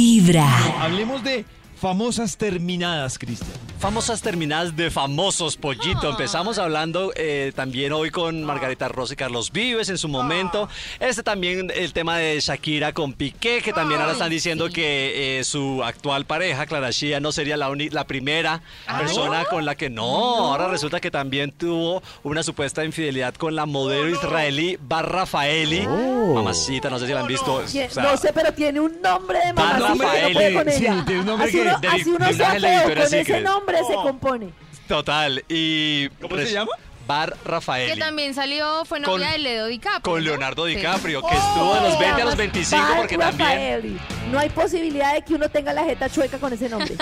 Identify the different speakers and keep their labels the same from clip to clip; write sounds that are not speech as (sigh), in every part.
Speaker 1: Vibra.
Speaker 2: Hablemos de famosas terminadas, Cristian.
Speaker 3: Famosas terminadas de famosos pollito. Empezamos hablando eh, también hoy con Margarita Rosa y Carlos Vives en su momento. Este también el tema de Shakira con Piqué, que también ahora están diciendo que eh, su actual pareja, Clara Shia, no sería la, uni- la primera persona con la que ¿Ah, no. Ahora resulta que también tuvo una supuesta infidelidad con la modelo israelí Barra Faeli. Mamacita, no sé si la han visto. O
Speaker 4: Tie-
Speaker 3: sea,
Speaker 4: no sé, pero tiene un nombre de
Speaker 3: Barra
Speaker 4: mamacita que no puede
Speaker 3: Faeli,
Speaker 4: con
Speaker 2: sí,
Speaker 4: ella.
Speaker 2: tiene un nombre
Speaker 4: así
Speaker 2: que-
Speaker 4: uno,
Speaker 3: de-
Speaker 4: así uno
Speaker 3: de
Speaker 4: sea
Speaker 3: Ángela
Speaker 4: feo, con
Speaker 3: Victoria
Speaker 4: ese
Speaker 3: Secret.
Speaker 4: nombre se compone.
Speaker 3: Total. Y
Speaker 2: ¿Cómo se llama?
Speaker 3: Bar Rafaeli.
Speaker 5: Que también salió, fue
Speaker 3: Con-
Speaker 5: novia de Leo DiCaprio.
Speaker 3: con
Speaker 5: ¿no?
Speaker 3: Leonardo
Speaker 5: Sí. Oh,
Speaker 3: DiCaprio, que estuvo de los 20 a los
Speaker 4: Llamas
Speaker 3: 25
Speaker 4: Bar
Speaker 3: porque también
Speaker 4: Rafaeli. No hay posibilidad de que uno tenga la jeta chueca con ese
Speaker 3: (laughs)
Speaker 4: nombre.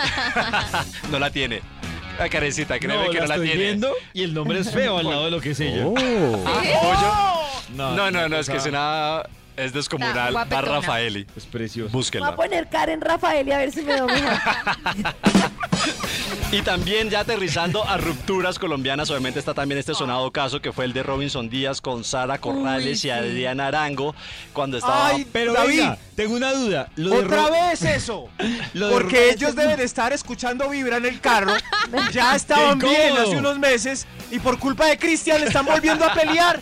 Speaker 3: no la tiene. La carecita, créeme que no la
Speaker 2: estoy
Speaker 3: tiene.
Speaker 2: viendo y el nombre es feo al lado de lo que es ella.
Speaker 3: Ah, pollo.
Speaker 2: No,
Speaker 3: No, no, no, es
Speaker 2: esa
Speaker 3: que es una es descomunal.
Speaker 5: Está
Speaker 3: Bar
Speaker 5: guapetona.
Speaker 3: Rafaeli.
Speaker 2: Es preciosa.
Speaker 4: Voy a
Speaker 3: Búsquenla.
Speaker 4: poner Karen Rafael y a ver si me domina.
Speaker 3: Y también ya aterrizando a rupturas colombianas, obviamente está también este sonado caso que fue el de Robinson Díaz con Sara Corrales y Adriana Arango cuando estaba
Speaker 6: Ay,
Speaker 2: Pero
Speaker 6: David.
Speaker 2: venga, tengo una duda. Lo de
Speaker 6: Otra
Speaker 2: Ro-
Speaker 6: vez eso.
Speaker 2: (laughs) lo de Ro-
Speaker 6: Porque ellos deben estar escuchando vibra en el carro. Ya estaban
Speaker 2: Qué
Speaker 6: bien
Speaker 2: incómodo.
Speaker 6: hace unos meses y por culpa de Cristian le están volviendo
Speaker 2: (laughs)
Speaker 6: a pelear.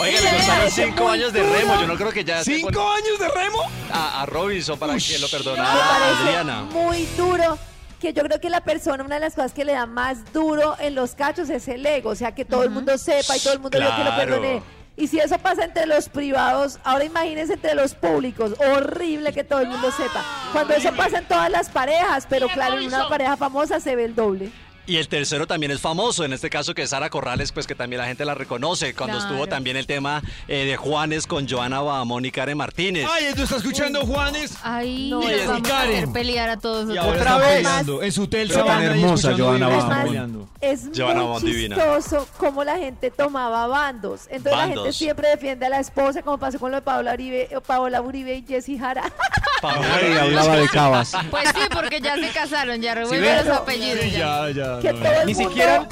Speaker 3: Oiga, le costaron cinco años de remo. Yo no creo que ya esté
Speaker 2: ¿Cinco
Speaker 3: con-
Speaker 2: años de remo?
Speaker 3: a, a Robinson para que lo perdonara
Speaker 4: Me
Speaker 3: a
Speaker 4: parece
Speaker 3: Adriana.
Speaker 4: muy duro. Que yo creo que la persona, una de las cosas que le da más duro en los cachos es el ego. O sea, que todo el mundo sepa y todo el mundo vio que lo
Speaker 3: Claro.
Speaker 4: perdoné. Y si eso pasa entre los privados, ahora imagínense entre los públicos. Horrible que todo el mundo sepa. Cuando eso pasa en todas las parejas, pero claro, en una pareja famosa se ve el doble.
Speaker 3: Y el tercero también es famoso, en este caso que es Sara Corrales, pues que también la gente la reconoce, cuando
Speaker 5: Claro.
Speaker 3: estuvo también el tema eh, de Juanes con Joana Bahamón y Karen Martínez.
Speaker 2: Ay, tú está escuchando Juanes.
Speaker 5: Ay,
Speaker 4: No,
Speaker 5: nos
Speaker 2: y
Speaker 5: vamos a
Speaker 2: Karen.
Speaker 5: hacer pelear a todos.
Speaker 2: Y
Speaker 5: otra
Speaker 2: ahora
Speaker 5: vez.
Speaker 2: están
Speaker 6: vez.
Speaker 2: peleando. En su hotel
Speaker 7: Pero tan
Speaker 2: Sabana, ahí
Speaker 7: hermosa,
Speaker 2: escuchando
Speaker 7: Johanna
Speaker 2: Vibra,
Speaker 4: Es
Speaker 7: Vamos,
Speaker 2: están
Speaker 4: más,
Speaker 2: peleando.
Speaker 4: es
Speaker 3: Giovanna
Speaker 4: muy
Speaker 3: Bond divina.
Speaker 4: chistoso cómo la gente tomaba bandos. Entonces la gente
Speaker 3: Bandos.
Speaker 4: siempre defiende a la esposa, como pasó con lo de Paola Uribe, Paola Uribe y Jessy Jara.
Speaker 3: Paola
Speaker 7: Ay,
Speaker 3: Rodríguez.
Speaker 7: hablaba de Cabas.
Speaker 5: Pues sí, porque ya se
Speaker 3: (laughs)
Speaker 5: casaron, ya
Speaker 4: ve?
Speaker 5: revuelven los
Speaker 4: No,
Speaker 5: apellidos.
Speaker 2: Sí, ya,
Speaker 5: ya.
Speaker 2: ya.
Speaker 4: que
Speaker 2: no,
Speaker 4: todo el
Speaker 6: Ni
Speaker 4: mundo
Speaker 6: siquiera-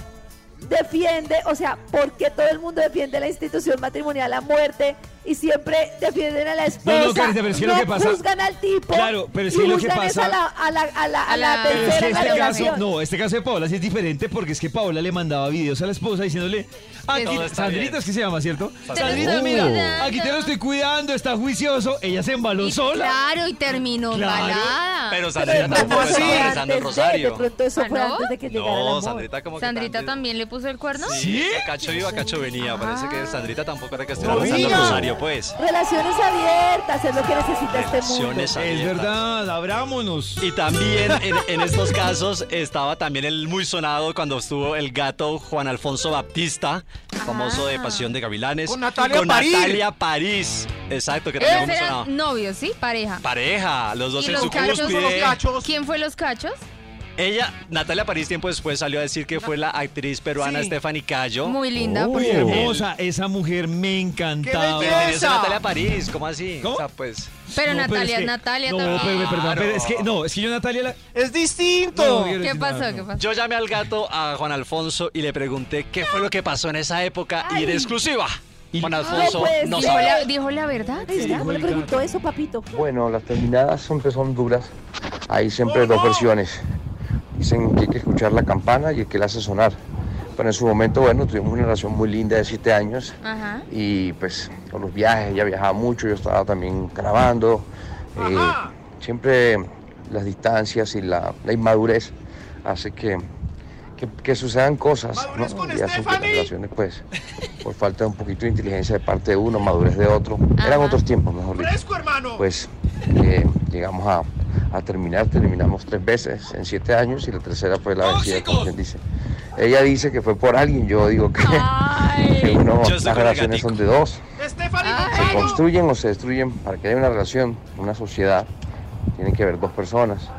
Speaker 4: defiende, o sea, porque todo el mundo defiende la institución matrimonial a muerte y siempre defienden a la esposa.
Speaker 2: Karen, pero es que lo que pasa-
Speaker 4: juzgan al tipo.
Speaker 2: Claro, pero es
Speaker 4: y
Speaker 2: que lo que
Speaker 4: juzgan es
Speaker 2: pasa-
Speaker 4: a la, a la, a la, a la
Speaker 5: A la-
Speaker 2: Pero es
Speaker 4: tercera
Speaker 2: que este caso,
Speaker 4: relación.
Speaker 2: no, este caso de Paola sí es diferente porque es que Paola le mandaba videos a la esposa diciéndole, aquí,
Speaker 3: Todo está
Speaker 2: Sandrita
Speaker 3: bien.
Speaker 2: es que se llama, ¿cierto?
Speaker 3: Te lo
Speaker 2: Sandrita,
Speaker 5: estoy
Speaker 2: mira,
Speaker 5: cuidando".
Speaker 2: aquí te lo estoy cuidando, está juicioso, ella se embaló
Speaker 5: Y
Speaker 2: sola.
Speaker 5: Claro, y terminó
Speaker 2: Claro.
Speaker 5: embalada.
Speaker 3: Pero Sandrita
Speaker 4: Pero no
Speaker 3: tampoco
Speaker 4: fue
Speaker 6: así?
Speaker 3: estaba
Speaker 4: antes
Speaker 3: besando en
Speaker 4: de,
Speaker 3: Rosario.
Speaker 4: De pronto eso
Speaker 5: ¿Ah,
Speaker 4: fue
Speaker 5: no?
Speaker 4: antes de que llegara el
Speaker 3: No,
Speaker 4: amor.
Speaker 3: Sandrita como que
Speaker 5: ¿Sandrita también le puso el cuerno?
Speaker 3: Sí, a Cacho iba, a Cacho venía. Parece que Sandrita tampoco era que estuviera
Speaker 6: No
Speaker 3: besando en
Speaker 6: diga.
Speaker 3: Rosario, pues.
Speaker 4: Relaciones abiertas es lo que necesita este mundo.
Speaker 3: Relaciones
Speaker 2: Es
Speaker 3: abiertas.
Speaker 2: verdad, abrámonos.
Speaker 3: Y también en, en estos casos estaba también el muy sonado cuando estuvo el gato Juan Alfonso Baptista, famoso de Pasión de Gavilanes.
Speaker 6: Con Natalia
Speaker 3: con
Speaker 6: París.
Speaker 3: Natalia París. Exacto, que también
Speaker 5: Ellos
Speaker 3: muy sonado.
Speaker 5: eran novios, ¿sí? Pareja.
Speaker 3: Pareja, los dos
Speaker 5: Y
Speaker 3: en
Speaker 5: los
Speaker 3: su
Speaker 5: cachos,
Speaker 6: los
Speaker 3: cúspide.
Speaker 6: cachos.
Speaker 5: ¿Quién fue los cachos?
Speaker 3: Ella, Natalia París, tiempo después salió a decir que fue la actriz peruana
Speaker 6: Sí.
Speaker 3: Stephanie Cayo.
Speaker 5: Muy linda.
Speaker 2: Uy,
Speaker 5: porque-
Speaker 2: hermosa, esa mujer me encantaba.
Speaker 6: ¡Qué belleza!
Speaker 3: Pertenece a Natalia París, ¿cómo así?
Speaker 2: ¿Cómo?
Speaker 3: O sea, pues.
Speaker 5: Pero
Speaker 2: No,
Speaker 5: Natalia,
Speaker 2: es que-
Speaker 5: Natalia
Speaker 2: no,
Speaker 5: también.
Speaker 2: pero, perdón, pero es que,
Speaker 3: Claro.
Speaker 2: no, es que yo Natalia la...
Speaker 6: Es
Speaker 2: No, no
Speaker 6: distinto.
Speaker 2: quiero
Speaker 5: ¿Qué
Speaker 2: decir
Speaker 5: pasó?
Speaker 2: nada,
Speaker 5: ¿Qué
Speaker 2: no.
Speaker 5: pasó?
Speaker 3: Yo llamé al gato a Juan Alfonso y le pregunté qué fue lo que pasó en esa época y en exclusiva. Juan Alfonso
Speaker 4: no puede
Speaker 3: no
Speaker 4: ser.
Speaker 5: Dijo
Speaker 3: sabe.
Speaker 5: la, dijo la verdad.
Speaker 4: Ay, ¿será? ¿Cómo Pues le preguntó eso, papito?
Speaker 8: Bueno, las terminadas siempre son duras. Hay siempre dos versiones. Dicen que hay que escuchar la campana y el que la hace sonar. Pero en su momento, bueno, tuvimos una relación muy linda de siete años
Speaker 5: Ajá.
Speaker 8: y pues con los viajes, ella viajaba mucho, yo estaba también grabando. Eh, siempre las distancias y la, la inmadurez hace que, que, que sucedan cosas. ¿no?
Speaker 6: Madurez con
Speaker 8: Y hacen que las
Speaker 6: Stephanie.
Speaker 8: relaciones, pues, por falta de un poquito de inteligencia de parte de uno, madurez de otro. Eran
Speaker 5: Ajá.
Speaker 8: otros tiempos, mejor dicho
Speaker 6: hermano.
Speaker 8: pues eh, llegamos a, a terminar, terminamos tres veces en siete años y la tercera fue la vencida, como quien dice. Ella dice que fue por alguien, yo digo que, que
Speaker 5: Ay.
Speaker 8: bueno,
Speaker 3: Yo estoy
Speaker 8: las
Speaker 3: con el
Speaker 8: relaciones
Speaker 3: gatico.
Speaker 8: son de dos,
Speaker 2: Pues-
Speaker 5: Ay.
Speaker 8: se construyen o se destruyen para que haya una relación, una sociedad, tienen que haber dos personas.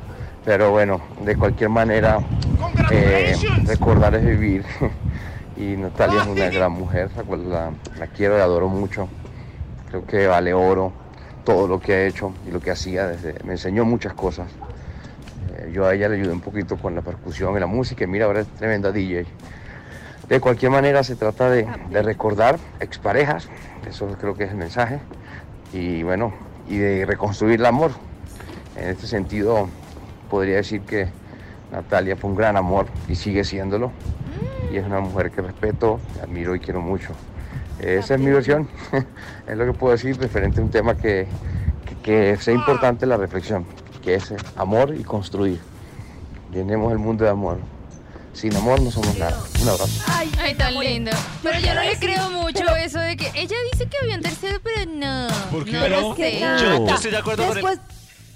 Speaker 8: Pero bueno, de cualquier manera, eh, recordar es vivir. (laughs) Y Natalia es una gran mujer, la, cual la- la quiero y adoro mucho. Creo que vale oro todo lo que ha hecho y lo que hacía. Desde, me enseñó muchas cosas. Eh, yo a ella le ayudé un poquito con la percusión y la música. Y mira, ahora es tremenda DJ. De cualquier manera, se trata de, de recordar exparejas. Eso creo que es el mensaje. Y bueno, y de reconstruir el amor. En este sentido, podría decir que Natalia fue un gran amor y sigue siéndolo. Y es una mujer que respeto, admiro y quiero mucho. Esa es mi versión, (laughs) es lo que puedo decir referente a un tema que, que, que sea importante la reflexión, que es amor y construir. Llenemos el mundo de amor. Sin amor no somos nada. Un abrazo.
Speaker 5: Ay, tan lindo. Pero yo no le creo mucho eso de que ella dice que había un tercero, pero no.
Speaker 2: ¿Por qué?
Speaker 5: No
Speaker 2: Pero-
Speaker 5: lo sé.
Speaker 4: Nada.
Speaker 3: Yo, yo estoy de acuerdo con el-
Speaker 4: Después-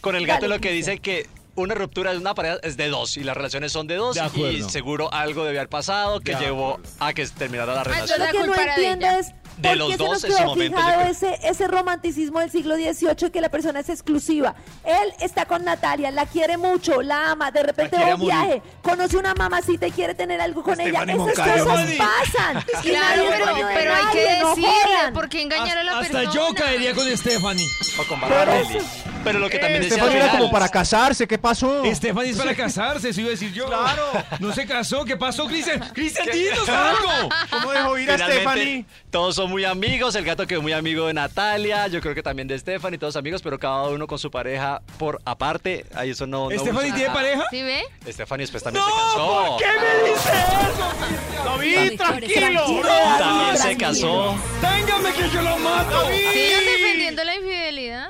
Speaker 3: Con el gato
Speaker 4: Dale,
Speaker 3: lo que dice que una ruptura de una pareja es de dos y las relaciones son de dos
Speaker 2: De
Speaker 3: y
Speaker 2: acuerdo.
Speaker 3: seguro algo debió haber pasado que llevó a que terminara la
Speaker 5: Yo
Speaker 4: Lo
Speaker 5: la
Speaker 3: relación.
Speaker 4: que no
Speaker 5: culpa era de
Speaker 4: entiendo
Speaker 5: ella.
Speaker 4: es
Speaker 3: De
Speaker 4: por
Speaker 3: los
Speaker 4: qué
Speaker 3: dos en
Speaker 4: se
Speaker 3: su
Speaker 4: nos quedó
Speaker 3: momento, yo
Speaker 4: fijado
Speaker 3: creo.
Speaker 4: ese, ese romanticismo del siglo XVIII que la persona es exclusiva. Él está con Natalia, la quiere mucho, la ama, de repente
Speaker 2: La
Speaker 4: va a
Speaker 2: quiere
Speaker 4: un
Speaker 2: a morir.
Speaker 4: viaje, conoce una mamacita y quiere tener algo con
Speaker 3: Este
Speaker 6: Estefany
Speaker 4: ella. Esas
Speaker 6: Moncayo.
Speaker 4: cosas
Speaker 2: Estefany.
Speaker 4: pasan. Y
Speaker 5: Claro,
Speaker 4: nadie es
Speaker 5: pero,
Speaker 4: dueño de
Speaker 5: pero hay que
Speaker 4: nadie, no
Speaker 5: decirla,
Speaker 4: jodan.
Speaker 5: porque engañar a la
Speaker 2: Hasta
Speaker 5: persona.
Speaker 2: yo caería con Stephanie.
Speaker 3: O con Barbarelli.
Speaker 4: eso-
Speaker 3: Pero lo que también decía
Speaker 6: Estefan era
Speaker 3: Vidal-
Speaker 6: como para casarse, ¿qué pasó?
Speaker 2: Stephanie es para casarse, eso iba a decir yo. Claro. No se casó, ¿qué pasó, Cristian? Cristian, dinos algo.
Speaker 6: ¿Cómo dejó ir a
Speaker 3: Finalmente,
Speaker 6: Stephanie?
Speaker 3: todos son muy amigos, el gato quedó muy amigo de Natalia, yo creo que también de Stephanie, todos amigos, pero cada uno con su pareja por aparte. Ahí eso no. no
Speaker 2: ¿Stephanie tiene pareja?
Speaker 5: ¿Sí ve?
Speaker 2: Ah.
Speaker 3: Stephanie después también se casó.
Speaker 6: David, tranquilo.
Speaker 4: Tranquilo,
Speaker 3: También se
Speaker 4: tranquilo.
Speaker 3: casó.
Speaker 2: ¡Téngame que yo lo mato!
Speaker 5: ¿Sigues defendiendo la infidelidad?